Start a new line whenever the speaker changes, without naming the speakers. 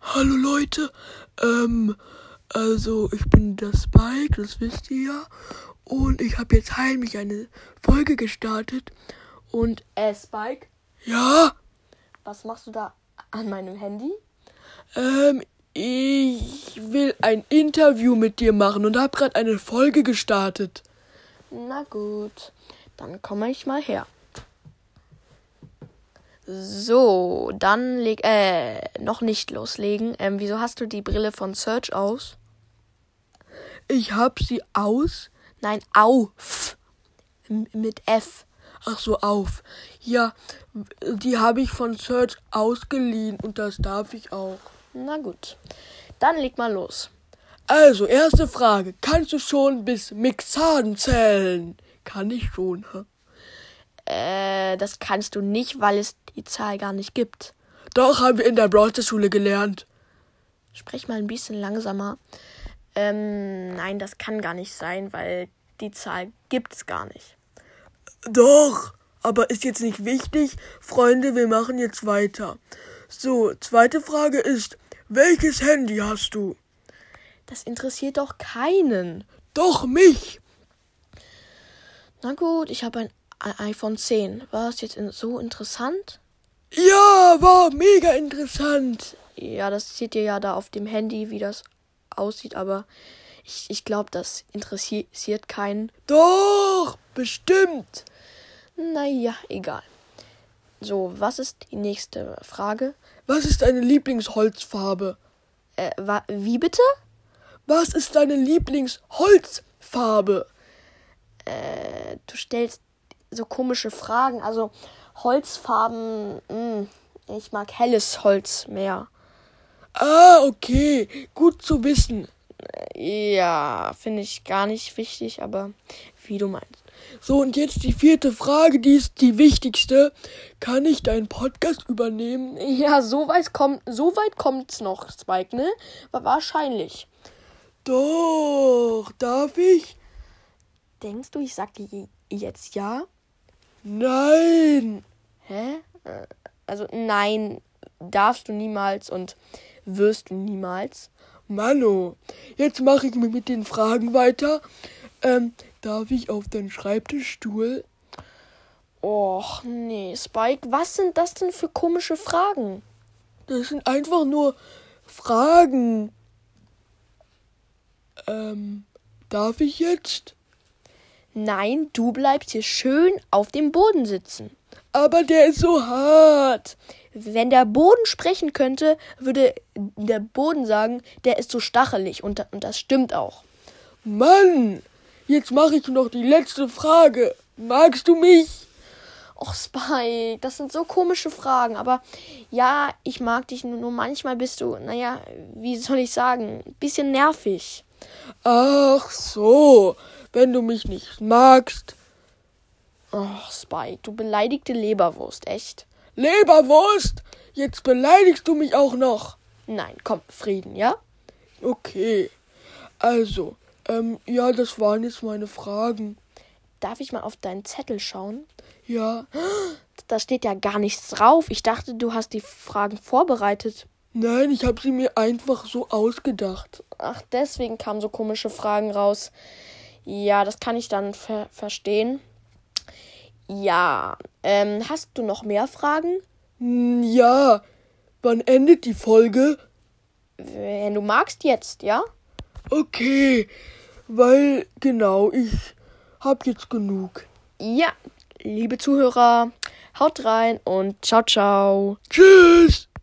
Hallo Leute, ähm, also ich bin das Spike, das wisst ihr ja. Und ich habe jetzt heimlich eine Folge gestartet. Und
Äh, Spike,
ja,
was machst du da an meinem Handy?
ähm, ich will ein Interview mit dir machen und habe gerade eine Folge gestartet.
Na gut, dann komme ich mal her. So, dann leg. Äh, noch nicht loslegen. Ähm, wieso hast du die Brille von Search aus?
Ich hab sie aus,
Nein, auf. M mit F.
ach so, auf. Ja, die habe ich von Search ausgeliehen und das darf ich auch.
Na gut, dann leg mal los.
Also, erste Frage. Kannst du schon bis Mixaden zählen? Kann ich schon. hä?
Äh, das kannst du nicht, weil es die Zahl gar nicht gibt.
Doch, haben wir in der Brawl-Schule gelernt.
Sprech mal ein bisschen langsamer. Ähm, nein, das kann gar nicht sein, weil die Zahl gibt's gar nicht.
Doch, aber ist jetzt nicht wichtig. Freunde, wir machen jetzt weiter. So, zweite Frage ist, welches Handy hast du?
Das interessiert doch keinen.
Doch, mich.
Na gut, ich habe ein I- iPhone 10. War es jetzt in so interessant?
Ja, war mega interessant.
Ja, das seht ihr ja da auf dem Handy, wie das aussieht, aber ich, ich glaube, das interessiert keinen.
Doch, bestimmt.
Naja, egal. So, was ist die nächste Frage?
Was ist deine Lieblingsholzfarbe?
Äh, wa wie bitte?
Was ist deine Lieblingsholzfarbe?
du stellst so komische Fragen. Also Holzfarben, mh, ich mag helles Holz mehr.
Ah, okay, gut zu wissen.
Ja, finde ich gar nicht wichtig, aber wie du meinst.
So, und jetzt die vierte Frage, die ist die wichtigste. Kann ich deinen Podcast übernehmen?
Ja, so weit, kommt, so weit kommt's noch, Spike, ne? Wa- Wahrscheinlich.
Doch, darf ich?
Denkst du, ich sag dir je- jetzt ja?
Nein.
Hä? Äh, Also nein, darfst du niemals und wirst du niemals.
Mano, jetzt mache ich mir mit den Fragen weiter. Ähm, darf ich auf den Schreibtischstuhl?
Och, nee, Spike, was sind das denn für komische Fragen?
Das sind einfach nur Fragen. Ähm, darf ich jetzt?
Nein, du bleibst hier schön auf dem Boden sitzen.
Aber der ist so hart.
Wenn der Boden sprechen könnte, würde der Boden sagen, der ist so stachelig und, da- und das stimmt auch.
Mann, jetzt mache ich noch die letzte Frage. Magst du mich?
Och, Spike, das sind so komische Fragen, aber ja, ich mag dich nur, nur manchmal bist du, naja, wie soll ich sagen, ein bisschen nervig.
Ach so, wenn du mich nicht magst.
Och, Spike, du beleidigte Leberwurst, echt?
Leberwurst, jetzt beleidigst du mich auch noch.
Nein, komm, Frieden, ja?
Okay, also, ähm, ja, das waren jetzt meine Fragen.
Darf ich mal auf deinen Zettel schauen?
Ja,
Da steht ja gar nichts drauf. Ich dachte, du hast die Fragen vorbereitet.
nein, ich habe sie mir einfach so ausgedacht.
Ach, deswegen kamen so komische Fragen raus. Ja, das kann ich dann ver verstehen. Ja, ähm, hast du noch mehr Fragen?
Hm, ja, wann endet die Folge?
Wenn du magst jetzt, ja?
Okay, weil genau, ich hab jetzt genug.
Ja, liebe Zuhörer, haut rein und ciao, ciao.
Tschüss!